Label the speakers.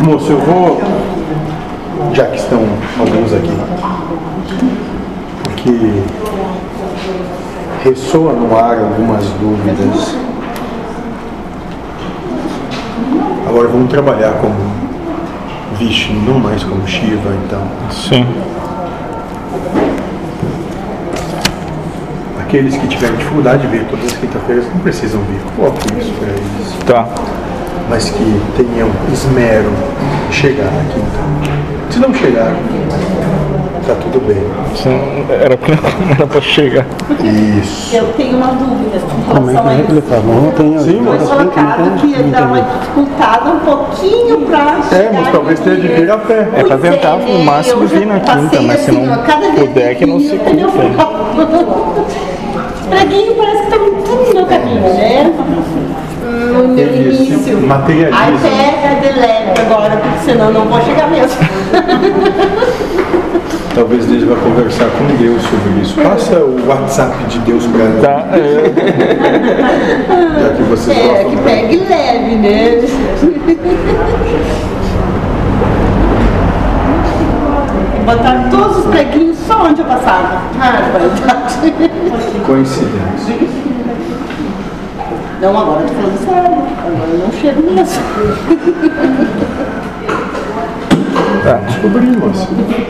Speaker 1: Moço, eu vou. Já que estão alguns aqui, porque ressoa no ar algumas dúvidas. Agora vamos trabalhar como Vishnu, não mais como Shiva, então.
Speaker 2: Sim.
Speaker 1: Aqueles que tiverem dificuldade de vir todas as quinta-feiras não precisam vir. Coloque isso para eles.
Speaker 2: Tá.
Speaker 1: Mas que tenham esmero em chegar na quinta. Se não chegar, tá tudo bem.
Speaker 2: Sim. Era pra, era pra chegar.
Speaker 1: Isso.
Speaker 3: Eu tenho uma dúvida com
Speaker 4: Como é, como
Speaker 3: relação a
Speaker 4: é que ele
Speaker 3: isso.
Speaker 4: faz? Não tem
Speaker 1: Sim,
Speaker 3: Foi
Speaker 1: mas- então.
Speaker 3: colocado que ia dar uma dificultada um pouquinho pra
Speaker 1: É,
Speaker 3: chegar
Speaker 1: mas talvez
Speaker 3: em
Speaker 1: tenha de vir a
Speaker 3: dinheiro.
Speaker 1: pé.
Speaker 2: É pra
Speaker 3: Pois
Speaker 2: tentar o máximo
Speaker 3: eu já
Speaker 2: vir na
Speaker 3: passei
Speaker 2: quinta, mas se
Speaker 3: assim,
Speaker 2: não
Speaker 3: ó, cada vez
Speaker 2: puder, é que não se
Speaker 3: vinha, entendeu?
Speaker 2: cumpra.
Speaker 3: Pra quem parece que tá tudo no meu caminho, né? No meu
Speaker 1: Ele se
Speaker 3: início.
Speaker 1: É. materializa.
Speaker 3: Aí pega, deleta agora, porque senão eu não vou chegar mesmo.
Speaker 1: Talvez Deus vá conversar com Deus sobre isso. Passa o WhatsApp de Deus para
Speaker 2: Tá. é,
Speaker 1: já que vocês
Speaker 3: É,
Speaker 1: gostam.
Speaker 3: que
Speaker 1: muito.
Speaker 3: pegue leve, né? Botaram todos os preguinhos só onde eu passava. Ah, verdade.
Speaker 1: Coincidência.
Speaker 3: Não, agora eu tô falando sério. Agora eu não chego mesmo.
Speaker 4: Tá.
Speaker 1: Descobrimos.